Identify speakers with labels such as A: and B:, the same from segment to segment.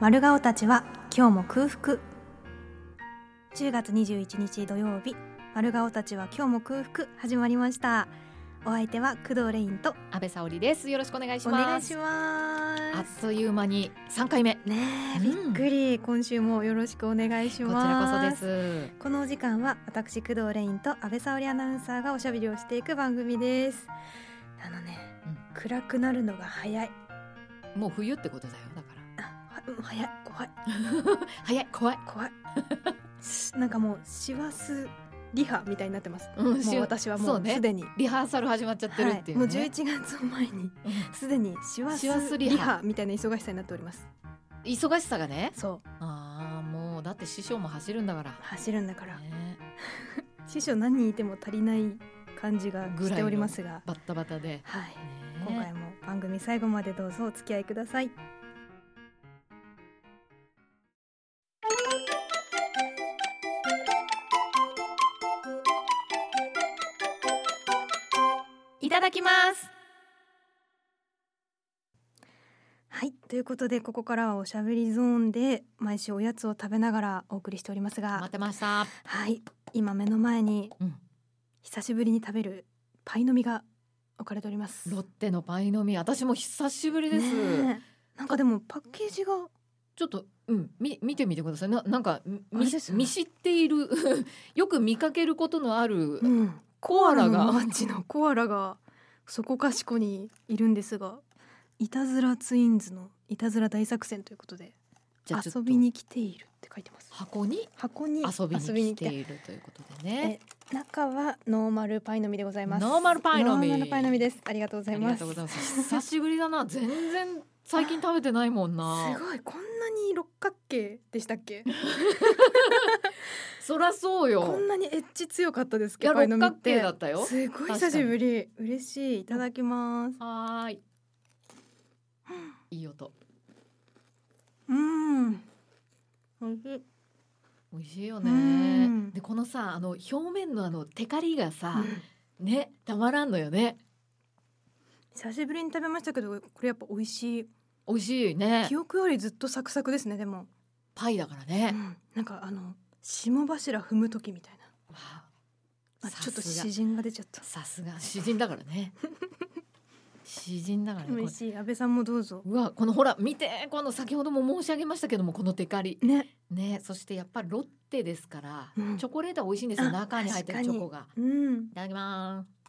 A: 丸顔たちは今日も空腹10月21日土曜日丸顔たちは今日も空腹始まりましたお相手は工藤レインと
B: 安倍沙織です。よろしくお願いし
A: お
B: ます。
A: 願いしま
B: あっ
A: す
B: という間に三回目。こ
A: ねえ、
B: うん
A: びっくり今週もよろしくお願いし
B: ち
A: ます
B: らこそです。
A: このお時間は私工藤レインと安倍沙織アナウンサーがおしゃべりをしていく番組ですあのね、暗くなるのが早い
B: もう冬ってことだよ。だから
A: あはうん早い怖い
B: 早い怖い。
A: 怖い なんかもう師走リハみたいになってます、
B: うん
A: も
B: 師
A: う
B: 走
A: 私はも
B: そううね
A: すでに、
B: リハーサル始まっちゃってるっていう、
A: もう
B: ね
A: 11月を前に
B: うん
A: すでに師走
B: 師走
A: リ
B: リ
A: ハ
B: ハ
A: みたいな忙しさになっております
B: 忙しさがね。
A: そう
B: ああもうだって師匠も走るんだから。
A: 走るんだから
B: ね、
A: 師匠何人いても足りない感じがしておりますが
B: バッタバタで。
A: はい
B: ね
A: 今回も番組最後までどうぞお付き合いください
B: いただきます。
A: はいということでここからはおしゃべりゾーンで毎週おやつを食べながらお送りしております
B: 待っ
A: が
B: てました。
A: はい今目の前に
B: うん
A: 久しぶりに食べるパイの実が置かれております
B: ロッテのパイの実、私も久しぶりです。
A: ねえなんかでもパッケージが
B: ちょっと、うん、み見てみてください。ななんかみ
A: あれですよね
B: 見知っている よく見かけることのある
A: うん
B: コアラが、
A: のマッチのコアラがそこかしこにいるんですがいたずらツインズのいたずら大作戦ということで
B: じゃあちょっと
A: 遊びに来ているって書いてます
B: 箱に
A: 箱に
B: 遊びに来て
A: る
B: いるということでね。
A: 中はノーマルパイの実でございます
B: ノーマルパイの実
A: ノーマルパイの実ですありがとうござ
B: あ
A: い
B: り
A: ま
B: が
A: す
B: とうございます。久しぶりだな。全然最近食べてないもんな
A: す。ごいこんなに六角形でしたっけ
B: そらそう
A: こ
B: よ
A: ん。なにエッジ強かったです
B: い
A: け
B: や
A: どパイの実って
B: 六角形だったよ
A: すごい
B: 確か
A: 久
B: に
A: しぶり嬉しいいただきます
B: はーい。いい音。
A: うんおいしい
B: 美味しいよ
A: うん
B: ね。でこのさあの表面のあのテカリがさ、ねたまらんのよね。
A: 久しぶりに食べましたけどこれやっぱ美味しい
B: 美味しいね
A: 記。憶よりずっとサクサクですねでも、
B: パイだからね。
A: うんなんかあの霜柱踏む時みたい
B: わあ
A: なあ
B: さ
A: ちょっと
B: すが
A: 詩人が出ちゃった
B: さすが詩人だからね 詩人だからねこ
A: 美
B: れ
A: 味しい安倍さんもどうぞ
B: うわこのほら見てこの先ほども申し上げましたけどもこのテカリ
A: ね
B: ねそしてやっぱりロッテですから、
A: うん
B: チョコレートは美味しいんですよ
A: あ
B: 中に入ってる
A: 確
B: チ
A: かに
B: ョコが
A: うん
B: いただきます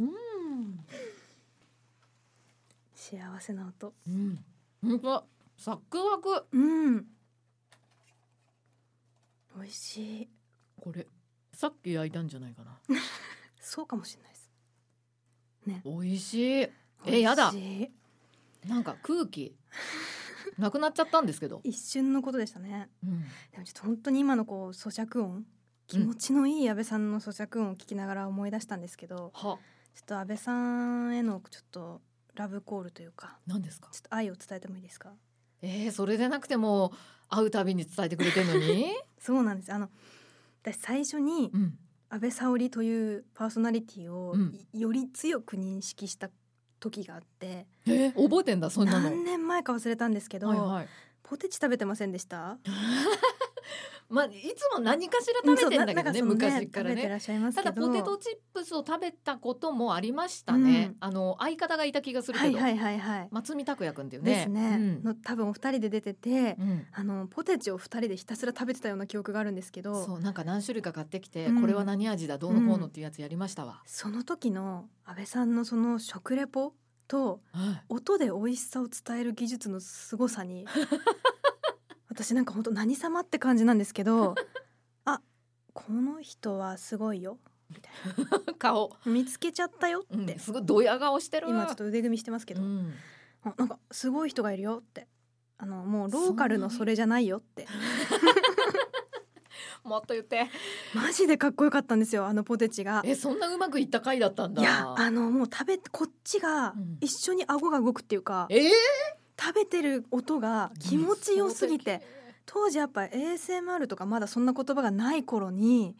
B: うん
A: 幸せな音
B: うん本当サクサク
A: うん美味しい
B: これさっき焼いたんじゃないかな
A: そうかもしれないです
B: 美味しい
A: 美味しい
B: やだなんか空気なくなっちゃったんですけど、
A: 一瞬のことでしたね
B: うん、
A: でもちょっと本当に今のこう咀嚼音気持ちのいい安倍さんの咀嚼音を聞きながら思い出したんですけど、
B: は
A: ちょっと安倍さんへのちょっとラブコールというか
B: 何ですか
A: ちょっと愛を伝えてもいいですか
B: えー、それでなくても会うたびに伝えてくれてるのに、
A: そうなんですあの私最初に
B: うん、
A: 安倍沙織というパーソナリティを
B: うん
A: いより強く認識した時があって、
B: えー覚えてんだそんなの。
A: 何年前か忘れたんですけど、
B: はいはい。
A: ポテチ食べてませんでした
B: まあいつも何かしら食べてんだけどね
A: うんそうななん
B: 昔か
A: その食べて
B: らね。
A: らっしゃいます
B: た
A: けど
B: だポテトチップスを食べたこともありましたね。
A: うん
B: あの相方がいた気がするけど、
A: はいはいはいはい、
B: 松見拓也君っていうね。
A: ですね、
B: うん
A: の多分お二人で出てて、
B: うん
A: あのポテチを二人でひたすら食べてたような記憶があるんですけど
B: そうなんか何種類か買ってきて、
A: うん
B: これは何味だどうのこうのっていうやつやりましたわ、
A: その時の安倍さんのその食レポと
B: はい
A: 音で美味しさを伝える技術の凄さ に私なんか本当何様って感じなんですけどあこの人はすごいよ
B: 顔、
A: 見つけちゃったよ
B: う
A: っ
B: ん
A: て、
B: すごいドヤ顔してる
A: 今ちょっと腕組みしてますけど、
B: うん
A: あなんかすごい人がいるよってあのもうローカルのそれじゃないよって
B: もっと言って
A: マジでかっこよかったんですよあのポテチが。
B: えそんなうまくいった回だったんだ
A: いやあのもう食べこっちが
B: うん
A: 一緒に顎が動くっていうか、
B: えー
A: 食べてる音が気持ちよすぎて、当時やっぱ ASMR とかまだそんな言葉がない頃に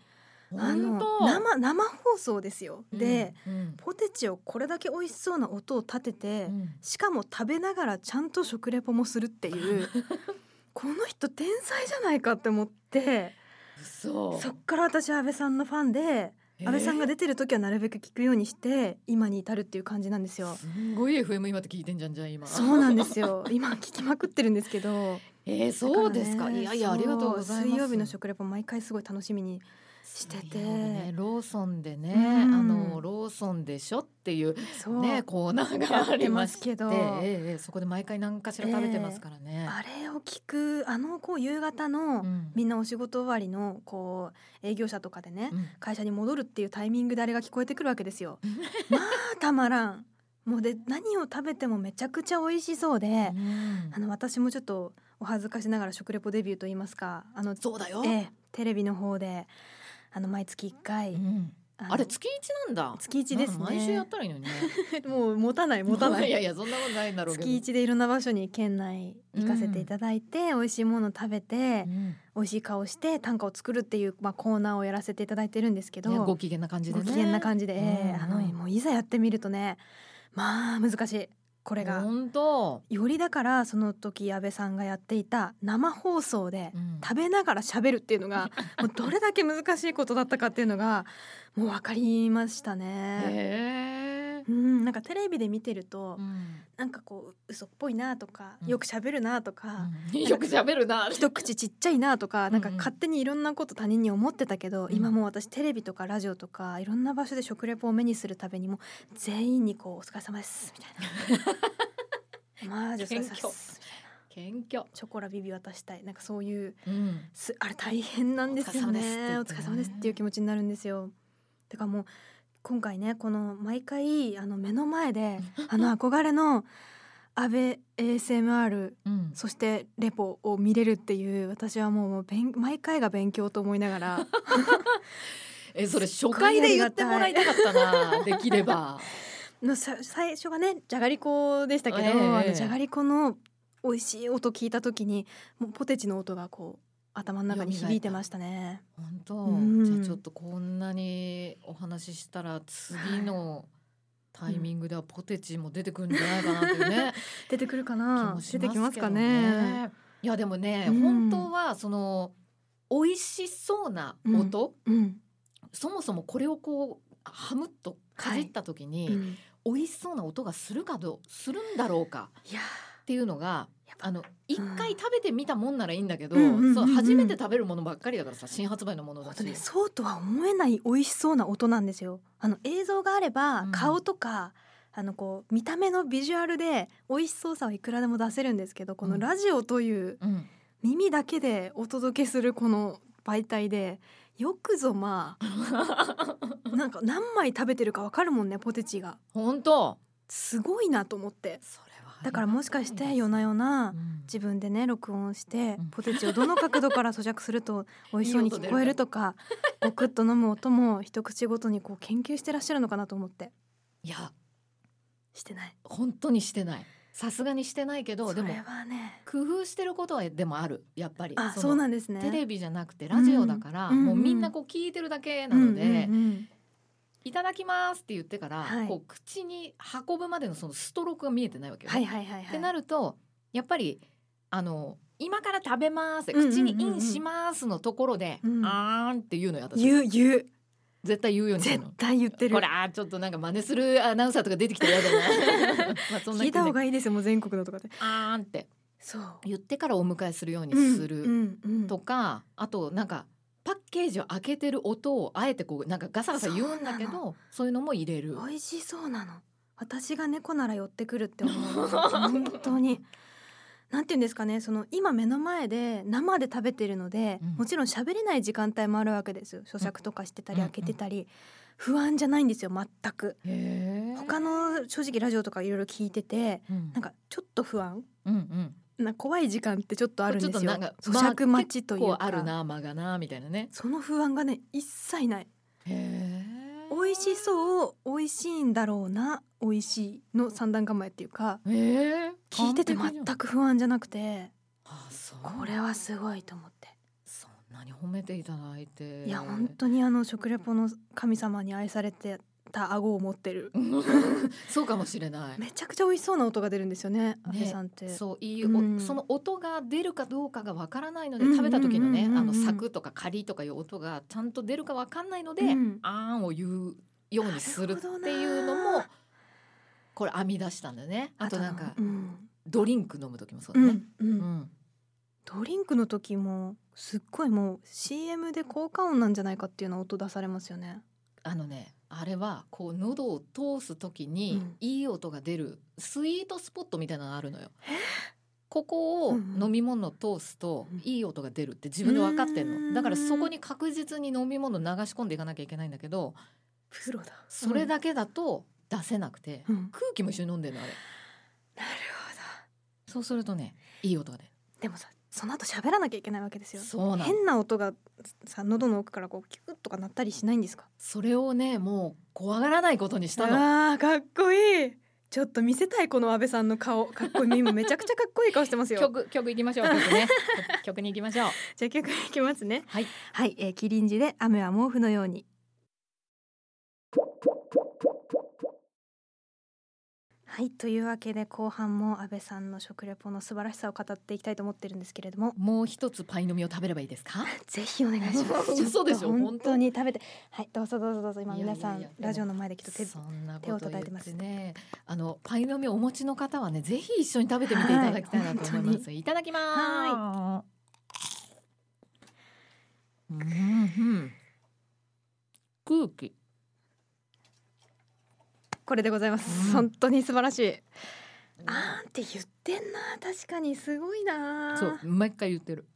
A: あの
B: 本当
A: 生生放送ですよ、で
B: うん
A: ポテチをこれだけ美味しそうな音を立てて、
B: うん
A: しかも食べながらちゃんと食レポもするって いうこの人天才じゃないかって思って
B: そう
A: そっから私は安倍さんのファンで安倍さんが出てる時はなるべく聞くようにして今に至るっていう感じなんです
B: えー
A: よ。
B: すんごい FM 今って聞いてんじゃんじゃん今
A: そうなんですよ今聞きまくってるんですけど
B: えー、 そうですか
A: だらね
B: いやいや
A: そ
B: ありがとうございます
A: 水曜日の食レポ毎回すごい楽しみにしてて
B: 水曜日ね、ローソンでね、
A: うん
B: あのローソンでしょっていう
A: そう、
B: ねコーナーがありまして
A: やってますけど
B: ええええそこで毎回何かしら食べてますからね、
A: あれを聞くあのこう夕方の、
B: うん
A: みんなお仕事終わりのこう営業者とかでね、
B: うん
A: 会社に戻るっていうタイミングであれが聞こえてくるわけですよ。まあたまらんもうで何を食べてもめちゃくちゃ美味しそうで、
B: うん
A: あの私もちょっとお恥ずかしながら食レポデビューと言いますかあの
B: そうだよ、
A: ええテレビの方であの毎月1回、
B: うん
A: あの
B: あれ月一なんだ
A: 月一ですね
B: なんか毎週やったらいいの にね
A: もう持たない持たない
B: いやいやそんなことないんだろうけど
A: 月一でいろんな場所に県内行かせていただいて、美味しいものを食べて、
B: うんね
A: 美味しい顔して短歌を作るっていう、まあ、コーナーをやらせていただいてるんですけど、
B: ご機嫌な感じで
A: ご
B: ね
A: 機嫌な感じで、ええ
B: うん
A: あのもういざやってみるとねまあ難しいこれが。
B: 本当、
A: よりだからその時安倍さんがやっていた生放送で
B: うん
A: 食べながら喋るっていうの がもうどれだけ難しいことだったかっていうのがもう分かりましたね。
B: へえ
A: うん、なんかテレビで見てると、
B: うん
A: なんかこう嘘っぽいなとか、
B: うん
A: よく喋るなとか、
B: うんよく喋るな
A: 一口ちっちゃいなとかなんか
B: うんうん
A: 勝手にいろんなこと他人に思ってたけど、
B: うん
A: 今もう私テレビとかラジオとかいろんな場所で食レポを目にするたびにもう全員にこう「お疲れ様です」 みたいな「マジお疲れ様で
B: 謙虚
A: す」
B: 謙虚、
A: チョコラビビ渡したいなんかそういう
B: うん、
A: すあれ大変なんですよね
B: お
A: お疲
B: 疲れ
A: れ
B: 様
A: 様
B: で
A: ですす
B: ってね
A: っていう気持ちになるんですよ。てかもう今回ねこの毎回あの目の前 であの憧れの安倍 ASMR
B: うん
A: そしてレポを見れるっていう私はもうもう勉毎回が勉強と思いなが ら
B: えそれ初回で言ってもらいたかったなできれ ば
A: のさ最初がねじゃがりこでしたけど、
B: ええ
A: あのじゃがりこの美味しい音聞いた時にもうポテチの音がこう頭の中に響いてましたね。
B: 本当、
A: うん
B: じゃあちょっとこんなにお話ししたら次のタイミングではポテチも出てくるんじゃないかなっていうね、
A: 出てくるか
B: 気
A: な
B: もし
A: 出てきます
B: け
A: か
B: ど
A: ね。
B: いやでもね、
A: うん
B: 本当はその美味しそうな音、
A: うん、
B: そもそもこれをこうハムっとかじった時
A: う
B: に、
A: ん、
B: 美味しそうな音がするかどうするんだろうか
A: いや
B: っていうのが
A: やっぱ
B: あの一回食べてみたもんならいいんだけど、
A: うんうんうんうん
B: そう初めて食べるものばっかりだからさ新発売のものだ
A: 本
B: し、
A: 当ねそうとは思えない美味しそうな音なんですよ。あの映像があれば
B: うん
A: 顔とか、あのこう見た目のビジュアルで美味しそうさはいくらでも出せるんですけどこ
B: う
A: の
B: ん
A: ラジオという
B: うん、
A: 耳だけでお届けするこの媒体でよくぞま あなんか何枚食べてるかわかるもんねポテチが
B: 本当
A: すごいなと思って
B: それは
A: だからもしかして夜な夜な自分でね録音して
B: うん
A: ポテチをどの角度から咀嚼する と美味しそうに聞こえるとかゴクッと飲む音も一口ごとにこう研究してらっしゃるのかなと思って
B: いや
A: してない
B: 本当にしてないさすがにしてないけど
A: そ
B: でも
A: れはね
B: 工夫してることはでもあるやっぱり
A: あ
B: の
A: そうなんですね
B: テレビじゃなくてラジオだから、
A: うん
B: もううん
A: うん
B: みんなこう聞いてるだけなので、
A: うんうんうん
B: いただきますって言ってから、
A: はい
B: こう口に運ぶまでのそのストロークが見えてないわけよ。
A: はいはいはいはい
B: ってなるとやっぱりあの今から食べます
A: うんうんうんうん
B: 口にインしますのところで、
A: うん
B: あーんって言うのよ私
A: 言う言う
B: 絶対言うようにする
A: 絶
B: の。
A: 対言ってる
B: これあーちょっとなんか真似するアナウンサーとか出てきたら嫌だ な。まあそんな
A: 聞いた方
B: い
A: がいいですよもう全国のとかで
B: あーんって
A: そう
B: 言ってからお迎えするように
A: うん
B: す
A: う
B: る
A: んうん
B: とか、あとなんかパッケージを開けてる音をあえてこうなんかガサガサ言うんだけど
A: そうな
B: そういうのも入れる。
A: 美味しそうなの私が猫なら寄ってくるって思う本当になんて言うんですかねその今目の前で生で食べてるので、
B: うん
A: もちろん喋れない時間帯もあるわけですよ咀嚼とかしてたり
B: うん
A: 開けてたり、不安じゃないんですよ全く
B: へー
A: 他の正直ラジオとかいろいろ聞いてて
B: うん
A: なんかちょっと不安
B: うんうん、
A: な怖い時間ってちょっとあるんですよ
B: ちょっとなんか
A: 咀
B: まあ
A: 嚼待ちというか、
B: こうあるな間がなみたいなね。
A: その不安がね一切ない
B: へー
A: 美味しそう美味しいんだろうな美味しいの三段構えっていうか
B: えー、
A: 聞いてて全
B: 完璧じゃん
A: く不安じゃなくて
B: あそう
A: これはすごいと思って
B: そん何褒めていただいて
A: いや本当にあの食レポの神様に愛されてた顎を持ってる
B: そうかもしれない
A: めちゃくちゃ美味しそうな音が出るんですよね阿部、
B: ね
A: さんって
B: そういい、お
A: うん
B: その音が出るかどうかがわからないので
A: うん
B: 食べた時のね
A: うんうん
B: あ
A: うんう
B: の
A: ん
B: サクとかカリとかいう音がちゃんと出るかわかんないので、
A: うん
B: あーんを言うようにするっていうの
A: なるほど
B: も
A: な
B: これ編み出したんだよねあとなんか
A: あのうん
B: ドリンク飲む時もそう
A: う
B: だね、
A: んうん
B: うん
A: ドリンクの時もすっごいもう CM で効果音なんじゃないかっていうような音出されますよね
B: あのねあれはこう喉を通す時に
A: うん
B: いい音が出るスイートスポットみたいなのがあるのよ。ここを
A: うんうん
B: 飲み物通すと
A: うん
B: いい音が出るって自分で分かって
A: うー
B: ん
A: ん
B: のだからそこに確実に飲み物流し込んでいかなきゃいけないんだけど
A: プロだ
B: それ、だけだと出せなくて
A: うんうん
B: 空気も一緒に飲んでるのあれ
A: なるほど
B: そうするとねいい音が出る
A: でもさその後喋らなきゃいけないわけですよ
B: そうなの
A: 変な音がさ喉の奥からこうキュッとか鳴ったりしないんですか
B: それをねもう怖がらないことにしたの
A: あーかっこいいちょっと見せたいこの安倍さんの顔かっこいい今めちゃくちゃかっこいい顔してますよ
B: 曲曲いきましょう曲ね曲曲に行きましょう
A: じゃあ曲いきますね
B: はい
A: はい、えー、キリンジで雨は毛布のようにはいというわけで後半も安倍さんの食レポの素晴らしさを語っていきたいと思ってるんですけれども
B: もう一つパイの実を食べればいいですか
A: ぜひお願いします
B: 嘘でしょ
A: ちょっと本当に食べてはいどうぞどうぞどうぞ今
B: いやいや
A: 皆
B: いや
A: さんラジオの前できっと手
B: そんな
A: 手を
B: こと
A: 叩
B: 言
A: い
B: って
A: ます
B: てねあのパイの実をお持ちの方はねぜひ一緒に食べてみていただきたいなと思い
A: はい
B: ま
A: 本
B: す、い、ただきますうんうん空気
A: これでございます、
B: うん
A: 本当に素晴らしいあーんって言ってんな確かにすごいな
B: そう毎回言ってる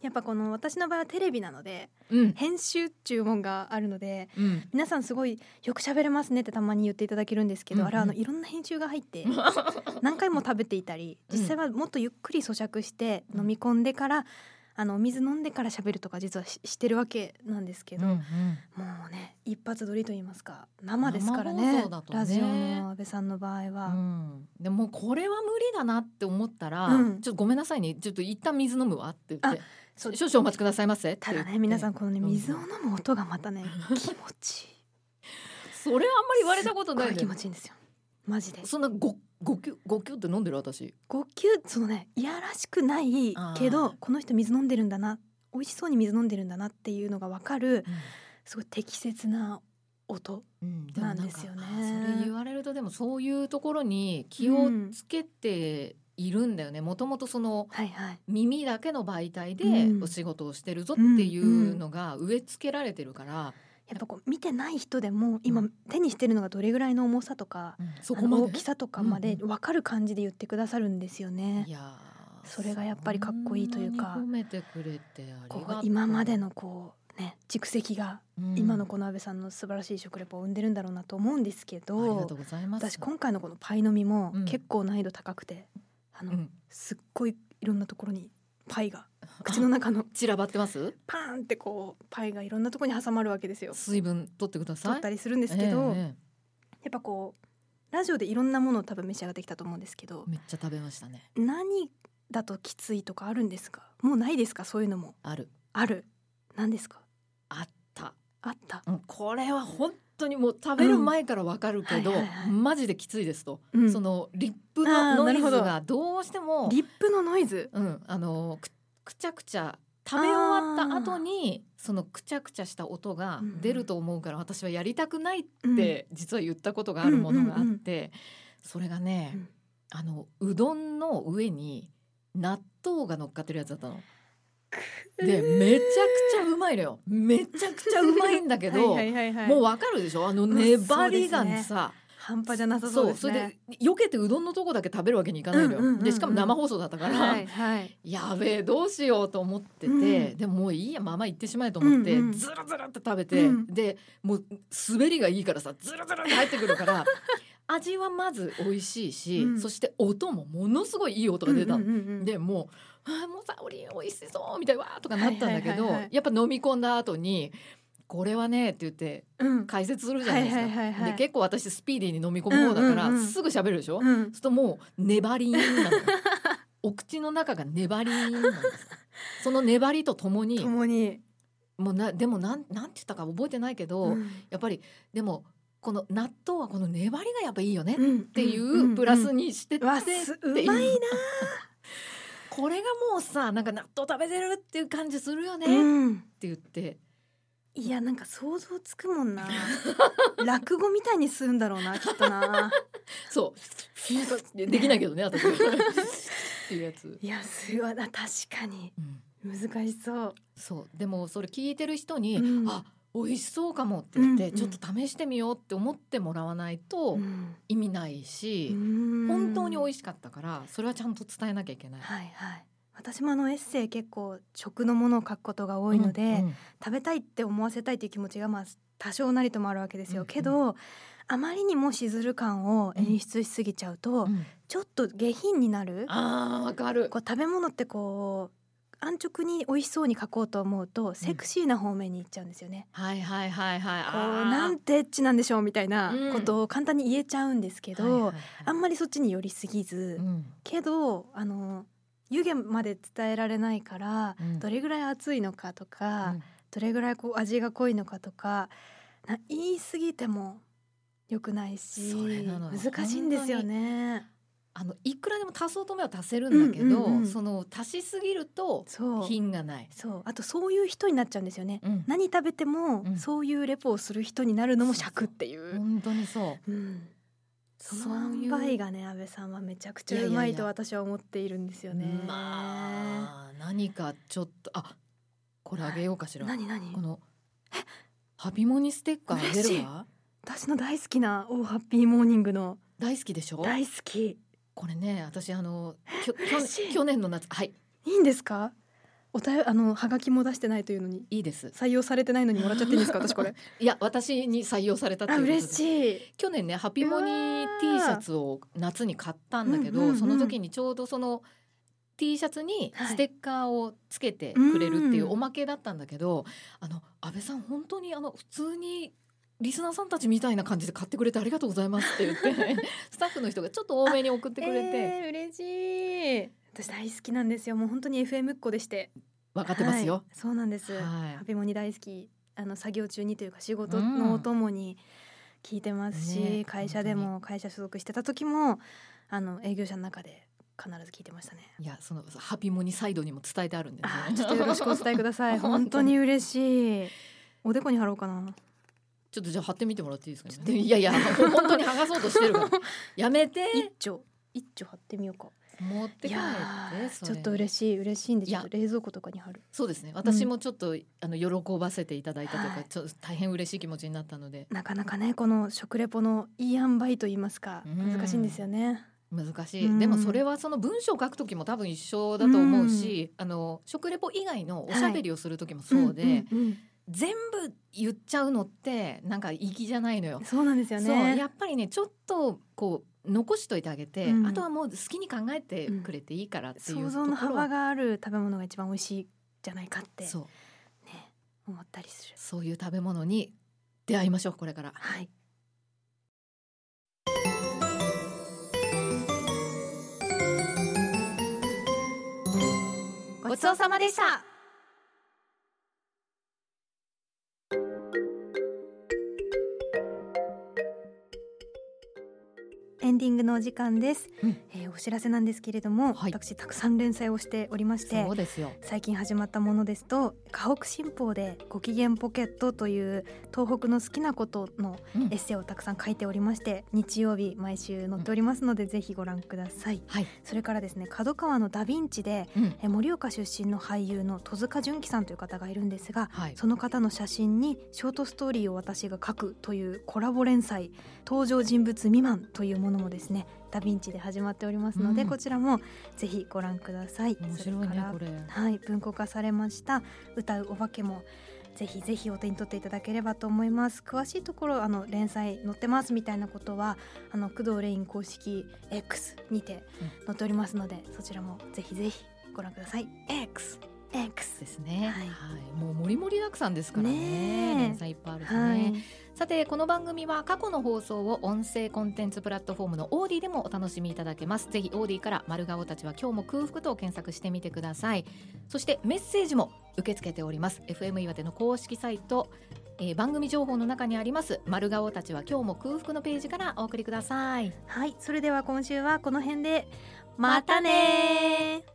A: やっぱこの私の場合はテレビなので
B: うん
A: 編集注文があるので
B: うん
A: 皆さんすごいよく喋れますねってたまに言っていただけるんですけど、
B: うんうん
A: あれはあのいろんな編集が入って 何回も食べていたり
B: うん
A: 実際はもっとゆっくり咀嚼して
B: うん
A: 飲み込んでからあのお水飲んでから喋るとか実はししてるわけなんですけど、
B: うんう
A: も
B: ん
A: うね一発撮りと言いますか生ですから
B: 生放
A: ね
B: 送だとね
A: ラジオの安倍さんの場合は、
B: うんでもこれは無理だなって思ったら、
A: うん
B: ちょっとごめんなさいねちょっと一旦水飲むわって言って
A: そう
B: 少々お待ちくださいませって
A: た
B: 言
A: だ
B: って
A: ね皆さんこのね
B: うん
A: 水を飲む音がまたね 気持ちいい
B: それあんまり言われたことない
A: すっご
B: んだ
A: 気
B: よ
A: 持ちいいんですよマジで
B: そんなごごきゅごきゅって飲んでる私。
A: 呼吸そのねいやらしくない
B: あー
A: けどこの人水飲んでるんだな美味しそうに水飲んでるんだなっていうのが分かるすごい適切な音
B: うんでも
A: なんですよね
B: あーそれ言われるとでもそういうところに気をつけているんだよね。もともとその
A: はいはい
B: 耳だけの媒体で
A: うん
B: お仕事をしてるぞっていうのが植え付けられてるから、
A: やっぱこう見てない人でも今
B: うん
A: 手にしてるのがどれぐらいの重さとかあ
B: そこま
A: の大
B: で
A: きさとかまで
B: うん
A: 分かる感じで言ってくださるんですよね
B: い。やー
A: それがやっぱりかっこいいというか
B: そんなに褒めてくれてあり
A: こ
B: がと
A: う
B: う
A: 今までのこうね蓄積が
B: うん
A: 今のこの安倍さんの素晴らしい食レポを生んでるんだろうなと思うんですけ
B: ありが
A: ど
B: とうございます。
A: 私今回のこのパイの実も
B: うん
A: 結構難易度高くて、あの
B: うん
A: すっごいいろんなところにパイ が口の中の
B: 散らばってます？
A: パーンってこうパイがいろんなところに挟まるわけですよ
B: 水分取ってください。
A: 取った
B: り
A: りするんで
B: です
A: けど、やっぱこうラジオでいろんなものを多分召し上がってきたと思うんですけど
B: めっちゃ食べましたね。
A: 何だときついとかあるんですかもうないですかそういうのも
B: ある
A: ある何ですか
B: あった、
A: あった
B: うん、これは本当にもう食べる前からわかるけど、
A: うんはいはいはい
B: マジできついですと、
A: うん
B: そのリップ
A: あー
B: のノイズ
A: なるほど
B: がどうしても
A: リップのノイズ
B: うん、あのくくちゃくちゃ食べ終わった後にそのくちゃくちゃした音が出ると思うから、私はやりたくないって実は言ったことがあるものがあ
A: う
B: って、
A: んうん
B: それがね、
A: うん
B: あのうどんの上に納豆が乗っかってるやつだったの。でめちゃくちゃうまいのよめちゃくちゃうまいんだけど
A: はいはいはいはい
B: もうわかるでしょあの粘りが
A: うんそうです
B: さ、
A: 半端じゃなさそうです
B: そ
A: ね
B: れで避けてうどんのとこだけ食べるわけにいかないのよ、
A: うんうんうんうん
B: でしかも生放送だったから、
A: はいはい
B: やべえどうしようと思ってて、
A: うん
B: でももういいやまま行ってしまえと思って、
A: うんうん
B: ずるずるって食べて、
A: うん
B: でもう滑りがいいからさずるずるって入ってくるから 味はまず美味しいし、
A: うん
B: そして音もものすごいいい音が出たの。
A: うんうんうんうん
B: でもう「あーもうサオリン美味しそう」みたいなわーとかなったんだけ
A: はいはい
B: ど、
A: はいはい
B: やっぱ飲み込んだ後に「これはね」って言って
A: うん
B: 解説するじゃないですか。
A: はいはいはいはい
B: で結構私スピーディーに飲み込む方だから、
A: うんうんうん
B: すぐ喋るでしょ、
A: うん
B: そうするともう粘りなのよお口の中が粘りなのですその粘りとともに
A: 共に、
B: もうなでもなんなんて言ったか覚えてないけど、
A: うん
B: やっぱりでもこの納豆はこの粘りがやっぱいいよね
A: うん
B: ってい
A: んん
B: うプラスにしてって
A: わ
B: って
A: すうま
B: い
A: いな
B: う これがもうさなんか納豆食べてるっていう感じするよねって
A: うん
B: 言って
A: いやなんか想像つくもん な落語みたいにするんだろうなきっとな
B: そうなんかでできないけ どね私っていうやつ。
A: いやすごいな確かに
B: うん
A: 難しそう
B: そうでもそれ聞いてる人に「
A: うん
B: あ美味しそうかも」って言って、
A: うんうん
B: ちょっと試してみようって思ってもらわないと
A: うん
B: 意味ないし、本当に美味しかったからそれはちゃんと伝えなきゃいけない。
A: はいはい私もあのエッセイ結構食のものを書くことが多いので、
B: うんうん
A: 食べたいって思わせたいという気持ちがまあ多少なりともあるわけですよ、
B: うんうん
A: けどあまりにもしずる感を演出しすぎちゃうと、
B: うん
A: ちょっと下品になる
B: あーわかる
A: こう食べ物ってこう安直に美味しそうに書こうと思うとセクシーな方面に行っちゃうんですよね。
B: はいはいはいはい
A: こう
B: あー
A: なんてエッチなんでしょうみたいな
B: うん
A: ことを簡単に言えちゃうんですけど、
B: はいはいはい
A: あんまりそっちに寄りすぎず、
B: うん
A: けどあの湯気まで伝えられないから、
B: うん
A: どれぐらい熱いのかとか、
B: うん
A: どれぐらいこう味が濃いのかとかな言い過ぎても良くないし
B: それなのよ
A: 難しいんですよね。
B: あのいくらでも足そうとめは足せるんだけど、
A: うんうんうん
B: その足しすぎると
A: そう
B: 品がない。
A: そうあとそういう人になっちゃうんですよね。
B: うん
A: 何食べても、
B: うん
A: そういうレポをする人になるのも尺っていう。
B: 本当にそう
A: うんその
B: そうい
A: 塩
B: う
A: 梅がね安倍さんはめちゃくち
B: い
A: ゃ
B: や
A: う
B: いやいや
A: まいと私は思っているんですよね。
B: まあ何かちょっとあこれあげようかしら。
A: 何何
B: このハピモニステッカーあげるわ。
A: 私の大好きな「オーハッピーモーニング」の
B: 大好きでしょ。
A: 大好き
B: これね私あのきょ
A: 嬉しい
B: 去去年の夏はい
A: いいんですかおたよあのハガキも出してないというのに
B: いいです。
A: 採用されてないのにもらっちゃっていいんです か私これ
B: いや私に採用されたってい
A: あ
B: うことで
A: 嬉しい
B: 去年ねハピモニ T シャツを夏に買ったんだけ
A: う
B: ど、
A: んうんうん
B: その時にちょうどその T シャツに
A: はい
B: ステッカーをつけてくれるっていう
A: うん
B: おまけだったんだけど、あの安倍さん本当にあの普通にリスナーさんたちみたいな感じで買ってくれてありがとうございますって言って スタッフの人がちょっと多めに送ってくれて
A: えー嬉しい私大好きなんですよもう本当に FM っ子でして
B: 分かってます
A: は
B: よ
A: い。そうなんです、
B: はい
A: ハピモニ大好きあの作業中にというか仕事
B: うん
A: のお供に聞いてますし、
B: ね
A: 会社でも会社所属してた時もあの営業者の中で必ず聞いてましたね
B: いやそのハピモニサイドにも伝えてあるんでね
A: あ ーちょっとよろしくお伝えください本当に嬉しいおでこに貼ろうかな
B: ちょっとじゃあ貼ってみてもらっていいですか、
A: ちょっと
B: ね、いやいや本当に剥がそうとしてるからやめて
A: 一丁一丁貼ってみようか
B: 持って
A: い
B: 帰っ
A: や
B: て
A: ー
B: そ
A: ち
B: れ
A: ょっと嬉しい嬉しいんで
B: い
A: ちょ
B: や
A: っと冷蔵庫とかに貼る
B: そうですね私もちょっと、あの喜ばせていただいたというか、
A: はい
B: ちょっと大変嬉しい気持ちになったので
A: なかなかねこの食レポのいい塩梅と言いますか
B: うん
A: 難しいんですよね
B: 難しい、
A: うん
B: でもそれはその文章を書く時も多分一緒だと思うし、あの食レポ以外のおしゃべりをする時もそうで、
A: うんうん
B: 全部言っちゃうのってなんか粋じゃないのよ
A: うん。そうなんですよ
B: そうや
A: ね
B: っぱりねちょっとこう残しといてあげて、
A: うん
B: あとはもう好きに考えてくれていいからっていう
A: 想
B: ところ
A: 像の幅
B: が
A: がある食べ物が一番美味しいじゃないかって
B: そう
A: ね思ったりする
B: そういう食べ物に出会いましょうこれから。
A: はい
B: ごちそうさまでした
A: エンディングのお時間です、
B: うん
A: えーお知らせなんですけれども、
B: はい
A: 私たくさん連載をしておりまして
B: そうですよ。
A: 最近始まったものですと「河北新報」で「ご機嫌ポケット」という東北の好きなことの
B: うん
A: エッセイをたくさん書いておりまして日曜日毎週載っておりますので、ぜひご覧ください
B: はい。
A: それからですね角川のダヴィンチで
B: うん。
A: え盛岡出身の俳優の戸塚純喜さんという方がいるんですが
B: はい。
A: その方の写真にショートストーリーを私が書くというコラボ連載登場人物未満というものもですねダヴィンチで始まっておりますので、
B: うん
A: こちらもぜひご覧ください
B: 面
A: そ
B: 白い
A: れか
B: ね
A: ら
B: これ。
A: はい、文庫化されました歌うお化けもぜひぜひお手に取っていただければと思います詳しいところあの連載載ってますみたいなことはあの工藤レイン公式 X にて載っておりますので、そちらもぜひぜひご覧ください X X
B: ですね。
A: は
B: はいい、もう盛り盛りだくさんですから
A: ね
B: ね。
A: え
B: 連載いっぱいあるしね。
A: はい
B: さてこの番組は過去の放送を音声コンテンツプラットフォームのオーディでもお楽しみいただけますぜひオーディから丸顔たちは今日も空腹と検索してみてくださいそしてメッセージも受け付けております FM 岩手の公式サイト、えー番組情報の中にあります丸顔たちは今日も空腹のページからお送りください
A: はいそれでは今週はこの辺でま
B: ま
A: た
B: た
A: ね
B: ね
A: ー